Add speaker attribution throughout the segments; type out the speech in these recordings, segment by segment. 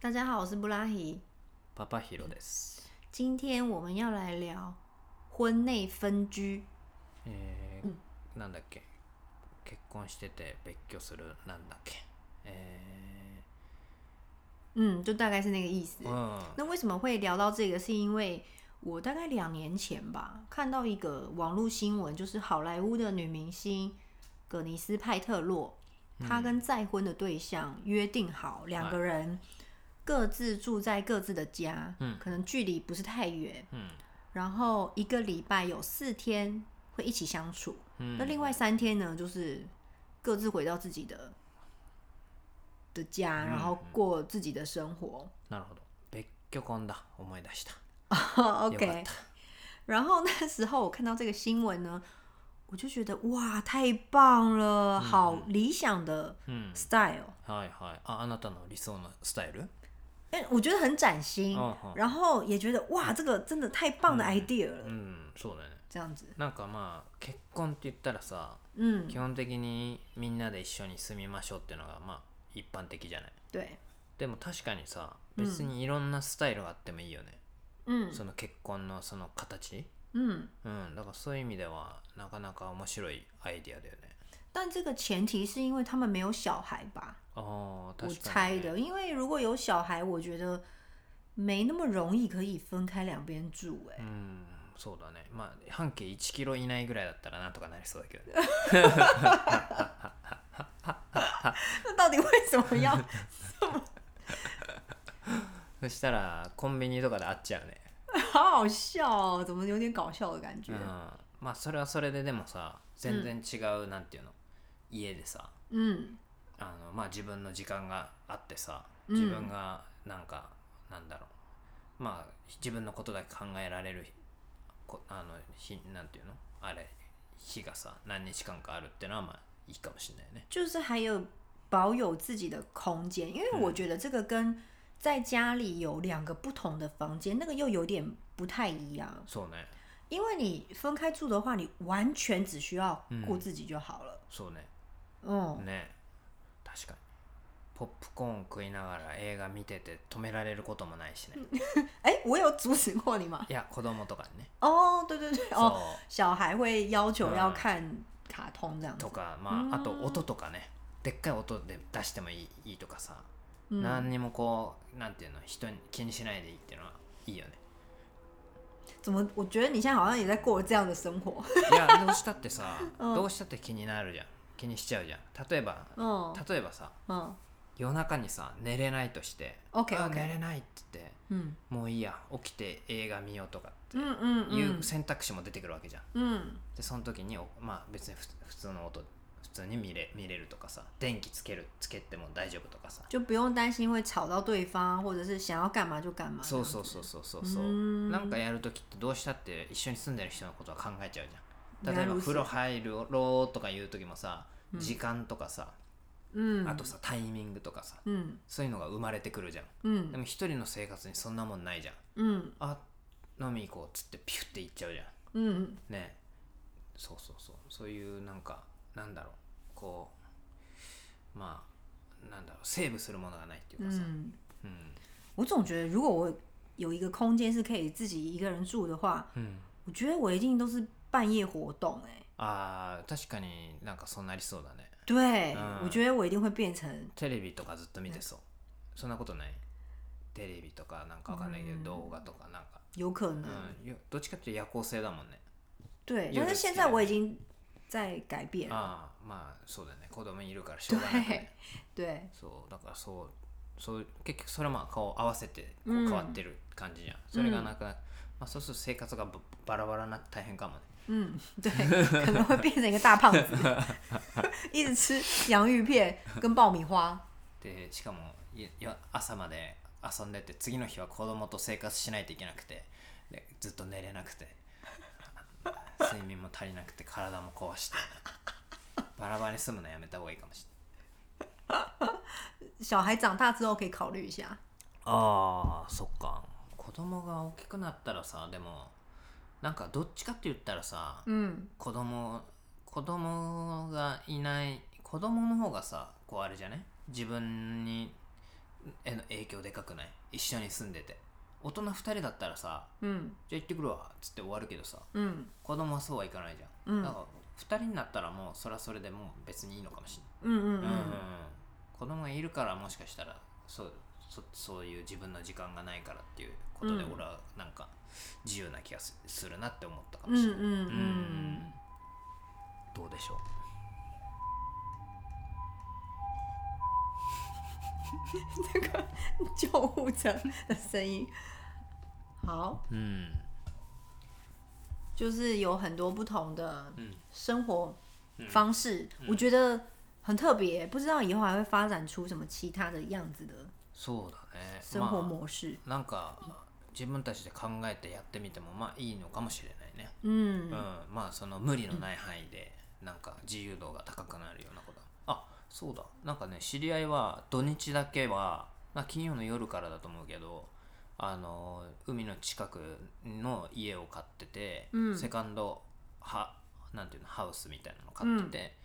Speaker 1: 大家好，我是布拉希。
Speaker 2: パパヒロです。
Speaker 1: 今天我们要来聊婚内分居。
Speaker 2: えーなんだっけ結婚してて別居するなんだっけえ
Speaker 1: 嗯，就大概是那个意思。
Speaker 2: ー、うん
Speaker 1: 那为什么会聊到这个？是因为我大概两年前吧，看到一个网络新闻，就是好莱坞的女明星葛尼斯派特洛，她跟再婚的对象约定好，两个人各自住在各自的家，嗯，可能距离不是太远，
Speaker 2: 嗯，
Speaker 1: 然后一个礼拜有四天会一起相处，
Speaker 2: 嗯
Speaker 1: 那另外三天呢，就是各自回到自己的。的家，然后过自己的生活。
Speaker 2: なるほど別居婚だ思い出した
Speaker 1: OK，
Speaker 2: よかった
Speaker 1: 然后那时候我看到这个新闻呢，我就觉得哇，太棒了，好理想的
Speaker 2: うん
Speaker 1: style，
Speaker 2: はいはいああなたの理想のスタイル
Speaker 1: 哎、我觉得很崭新，
Speaker 2: 嗯嗯
Speaker 1: 然后也觉得哇，这个真的太棒的 idea 了，
Speaker 2: うんそうだよね
Speaker 1: 这样子，
Speaker 2: なんかまあ結婚って言ったらさ
Speaker 1: 嗯，
Speaker 2: 基本的にみんなで一緒に住みましょうっていうのがまあ一般的じゃない
Speaker 1: 对，
Speaker 2: でも確かにさ別にいろんなスタイルがあってもいいよね、
Speaker 1: 嗯
Speaker 2: その結婚のその形
Speaker 1: 嗯，
Speaker 2: うん、だからそういう意味ではなかなか面白いアイディアだよね。
Speaker 1: 但这个前提是因为他们没有小孩吧，
Speaker 2: ああ、
Speaker 1: 我
Speaker 2: 確か
Speaker 1: 猜
Speaker 2: に、
Speaker 1: 的，因为如果有小孩，我觉得没那么容易可以分开两边住、哎、
Speaker 2: うん、そうだね。まあ、半径1キロ以内ぐらいだったらなんとかなりそうだけどね。
Speaker 1: 那到底为什么要？
Speaker 2: そしたら、コンビニとかで会っちゃうね。
Speaker 1: 好好笑哦，怎么有点搞笑的感觉
Speaker 2: うん。。まあ、それはそれででもさ、全然違う、なんていうの、家でさ、
Speaker 1: 嗯
Speaker 2: あのまあ、自分の時間があってさ、
Speaker 1: うん
Speaker 2: 自分がなんか、なんだろう、まあ、自分のことだけ考えられる、こあの日なんていうのあれ、日がさ、何日間かあるってのはまあいいかもしれないね。
Speaker 1: 就是还有保有自己的空间，因为我觉得这个跟在家里有两个不同的房间，那个又有点不太一样。
Speaker 2: そうね、
Speaker 1: 因为你分开住的话，你完全只需要顾自己就好了。
Speaker 2: そうね、
Speaker 1: 嗯，
Speaker 2: ね、確かに。ポップコーン食いながら映画見てて止められることもないしね。
Speaker 1: 哎、我有阻止过你吗？
Speaker 2: いや、子供とかにね。
Speaker 1: 哦，对对对， 哦，
Speaker 2: そ
Speaker 1: 小孩会要求要看卡通这样
Speaker 2: う。と
Speaker 1: 子。
Speaker 2: か、まあ、あと音とかね、でっかい音で出してもいいいいとかさ。
Speaker 1: 嗯
Speaker 2: 何にもこうなんていうの人に気にしないでいいっていうのはいいよね
Speaker 1: 怎么？我觉得你现在好像也在过这样的生活。
Speaker 2: いやどうしたってさ どうしたって気になるじゃん気にしちゃうじゃん例えば
Speaker 1: 嗯
Speaker 2: 例えばさ
Speaker 1: 嗯
Speaker 2: 夜中にさ寝れないとして
Speaker 1: OK，OK
Speaker 2: あ寝れないって言って
Speaker 1: 嗯
Speaker 2: もういいや起きて映画見ようとかって
Speaker 1: 嗯嗯
Speaker 2: い
Speaker 1: 嗯
Speaker 2: う選択肢も出てくるわけじゃん
Speaker 1: 嗯
Speaker 2: でその時におまあ別にふ普通の音普通に見れ見れるとかさ電気つけるつけても大丈夫とかさ
Speaker 1: 就不用担心会吵到对方，或者是想要干嘛就干嘛。
Speaker 2: そうそうそうそうそうそう
Speaker 1: ー
Speaker 2: うんなんかやる時ってどうしたって一緒に住んでる人のことは考えちゃうじゃん
Speaker 1: な
Speaker 2: 例え
Speaker 1: るほど
Speaker 2: ば風呂入ろうとか言う時もさ時間とかさ、
Speaker 1: 嗯
Speaker 2: あとさタイミングとかさ
Speaker 1: 嗯
Speaker 2: そういうのが生まれてくるじゃん
Speaker 1: 嗯
Speaker 2: でも一人の生活にそんなもんないじゃん
Speaker 1: 嗯
Speaker 2: あ飲み行こうっつってピュって行っちゃうじゃん
Speaker 1: 嗯
Speaker 2: ねそうそうそうそういうなんかなんだろうこうまあなんだろうセーブするものがないっていうかさ、
Speaker 1: 嗯，
Speaker 2: うん
Speaker 1: 我总觉得如果我有一个空间是可以自己一个人住的话，
Speaker 2: うん、
Speaker 1: 我觉得我一定都是半夜活动、欸。哎，
Speaker 2: あー確かになんかそうなりそうだね
Speaker 1: 对、
Speaker 2: 嗯
Speaker 1: 我觉得我一定会变成
Speaker 2: テレビとかずっと見てそう、そんなことないテレビとかなんかわかんないけ
Speaker 1: う
Speaker 2: ど、
Speaker 1: ん
Speaker 2: 動画とかなんか、
Speaker 1: 有可能、
Speaker 2: うんよどっちかっていうと夜行性だもんね、
Speaker 1: 对，
Speaker 2: 有
Speaker 1: 但
Speaker 2: 的
Speaker 1: 是
Speaker 2: 是
Speaker 1: 现在我已经在改变了。
Speaker 2: ああまあそうだよね子供いるからしょうがない、ね、
Speaker 1: 对，
Speaker 2: そうだからそうそう結局それはまあ顔合わせてこう変わってる感じじゃん、それがなくな、まあ、そうすると生活がばバラバラになって大変かもね
Speaker 1: 嗯，对，可能会变成一个大胖子，一直吃洋芋片跟爆米花。
Speaker 2: でしかもいや朝まで遊んでて次の日は子供と生活しないといけなくてでずっと寝れなくて 睡眠も足りなくて体も壊してバラバラに住むのやめた方がいいかもしれない
Speaker 1: 小孩长大之后可以考虑一下。
Speaker 2: あーそっか子供が大きくなったらさでもなんかどっちかって言ったらさ、
Speaker 1: 嗯
Speaker 2: 子供子供がいない子供の方がさこうあれじゃね自分にへの影響でかくない一緒に住んでて大人2人だったらさ
Speaker 1: うん
Speaker 2: じゃあ行ってくるわっつって終わるけどさ
Speaker 1: うん
Speaker 2: 子供はそうはいかないじゃん、
Speaker 1: うん
Speaker 2: だから2人になったらもうそれはそれでもう別にいいのかもしれない
Speaker 1: うんうんうん
Speaker 2: うんうんうん子供がいるからもしかしたらそうそそういう自分の時間がないからっていうことで
Speaker 1: うん
Speaker 2: 俺はなんか自由な気がすするなって思ったか
Speaker 1: うん
Speaker 2: も
Speaker 1: う
Speaker 2: し
Speaker 1: ん
Speaker 2: れない、
Speaker 1: う
Speaker 2: うん嗯どうでしょう
Speaker 1: 救护车的声音。好，
Speaker 2: うん
Speaker 1: 就是有很多不同的
Speaker 2: 嗯
Speaker 1: 生活方式，我觉得很特别，不知道以后还会发展出什么其他的样子的
Speaker 2: そうだね
Speaker 1: 生活
Speaker 2: ま
Speaker 1: 模式。
Speaker 2: あ、なんか自分たちで考えてやってみてもまあいいのかもしれないね、うん
Speaker 1: 嗯，
Speaker 2: まあその無理のない範囲でなんか自由度が高くなるようなことあそうだなんかね知り合いは土日だけは、まあ、金曜の夜からだと思うけどあの海の近くの家を買ってて、
Speaker 1: うん
Speaker 2: セカンドはなんていうのハウスみたいなの買ってて、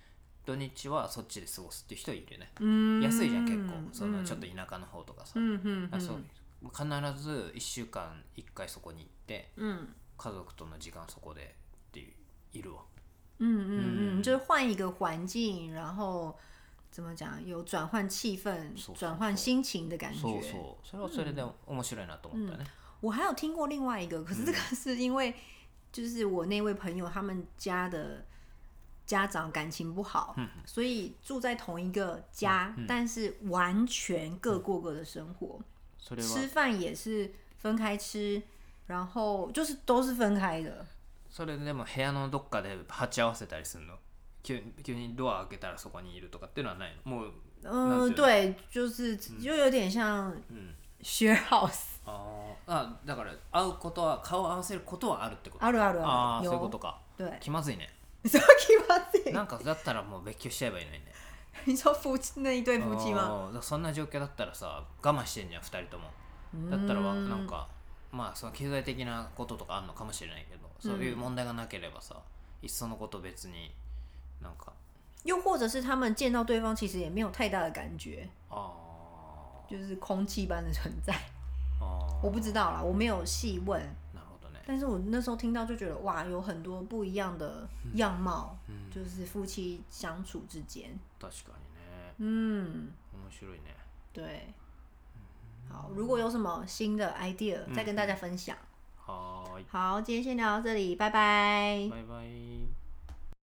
Speaker 2: 土日はそっちで過ごすっていう人いるね
Speaker 1: 嗯
Speaker 2: 安いじゃん結構その
Speaker 1: 嗯
Speaker 2: ちょっと田舎の方とかさ、
Speaker 1: 嗯嗯
Speaker 2: あそう
Speaker 1: 嗯
Speaker 2: 必ず1週間1回そこに行って
Speaker 1: 嗯
Speaker 2: 家族との時間そこでっていういるわ
Speaker 1: 嗯嗯嗯，就是换一个环境，然后怎么讲，有转换气氛
Speaker 2: そうそ、う
Speaker 1: 转换心情的感觉。
Speaker 2: そうそうそれはそれで面白いなと思ったね
Speaker 1: 我还有听过另外一个，可是这个是因为就是我那位朋友他们家的家长感情不好，所以住在同一个家，但是完全各过各的生活，
Speaker 2: それは
Speaker 1: 吃饭也是分开吃，然后就是都是分开的。
Speaker 2: それでも部屋のどっかで鉢合わせたりするの急に急にドア開けたらそこにいるとかっていうのはないのもう
Speaker 1: 嗯，对，就是就有点像
Speaker 2: 嗯
Speaker 1: share house，
Speaker 2: あーあだから会うことは顔合わせることはあるってこと
Speaker 1: あるある
Speaker 2: あ
Speaker 1: あ
Speaker 2: あ
Speaker 1: る
Speaker 2: そういうこ
Speaker 1: 啊有
Speaker 2: とか
Speaker 1: 对，
Speaker 2: 気まずいね
Speaker 1: 你说 keep up，
Speaker 2: なんかだったらもう別居しちゃえばいいのにね
Speaker 1: 你说夫妻那一对夫妻吗？
Speaker 2: あーだそんな状況だったらさ我慢してんじゃん2人ともだったらわなんかまあその経済的なこととかあるのかもしれないけどそういう問題がなければさ、いっそのこと別になんか
Speaker 1: 又或者是他们见到对方其实也没有太大的感觉，
Speaker 2: あー
Speaker 1: 就是空气般的存在。
Speaker 2: あー
Speaker 1: 我不知道啦，我没有细问，
Speaker 2: なるほどね
Speaker 1: 但是我那时候听到就觉得哇，有很多不一样的样貌，就是夫妻相处之间，
Speaker 2: 確かにね
Speaker 1: 嗯，
Speaker 2: 面白いね
Speaker 1: 对。好，如果有什么新的 idea，再跟大家分享。
Speaker 2: はーい
Speaker 1: 好，今天先聊到这里，拜拜。
Speaker 2: バイバイ